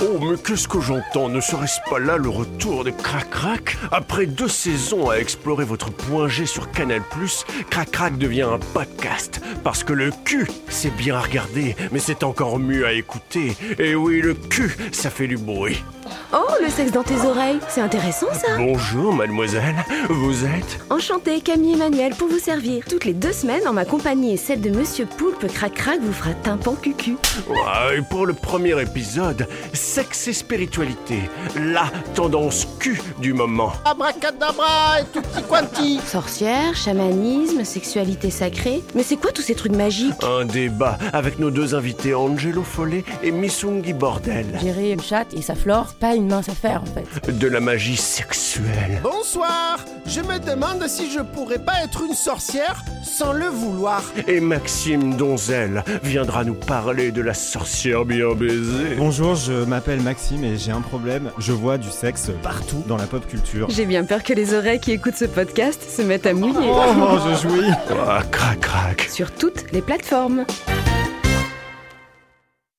Oh, mais qu'est-ce que j'entends Ne serait-ce pas là le retour de Crac Crac Après deux saisons à explorer votre point G sur Canal+, Crac Crac devient un podcast. Parce que le cul, c'est bien à regarder, mais c'est encore mieux à écouter. Et oui, le cul, ça fait du bruit. Oh, le sexe dans tes oreilles, c'est intéressant ça Bonjour, mademoiselle. Vous êtes Enchantée, Camille Emmanuel, pour vous servir. Toutes les deux semaines, en ma compagnie et celle de Monsieur Poulpe, Crac Crac vous fera tympan cucu. Ouais, Ah, Et pour le premier épisode, sexe et spiritualité. La tendance cul du moment. Abracadabra et tutti quanti Sorcière, chamanisme, sexualité sacrée. Mais c'est quoi tous ces trucs magiques Un débat avec nos deux invités Angelo Follet et Missungi Bordel. Gérer une chatte et sa flore, c'est pas une mince affaire en fait. De la magie sexuelle. Bonsoir Je me demande si je pourrais pas être une sorcière sans le vouloir. Et Maxime Donzel viendra nous parler de la sorcière bien baisée. Bonjour, je m'appelle Maxime et j'ai un problème. Je vois du sexe partout dans la pop culture. J'ai bien peur que les oreilles qui écoutent ce podcast se mettent à mouiller. Oh, je jouis Ah, crac crac. Sur toutes les plateformes.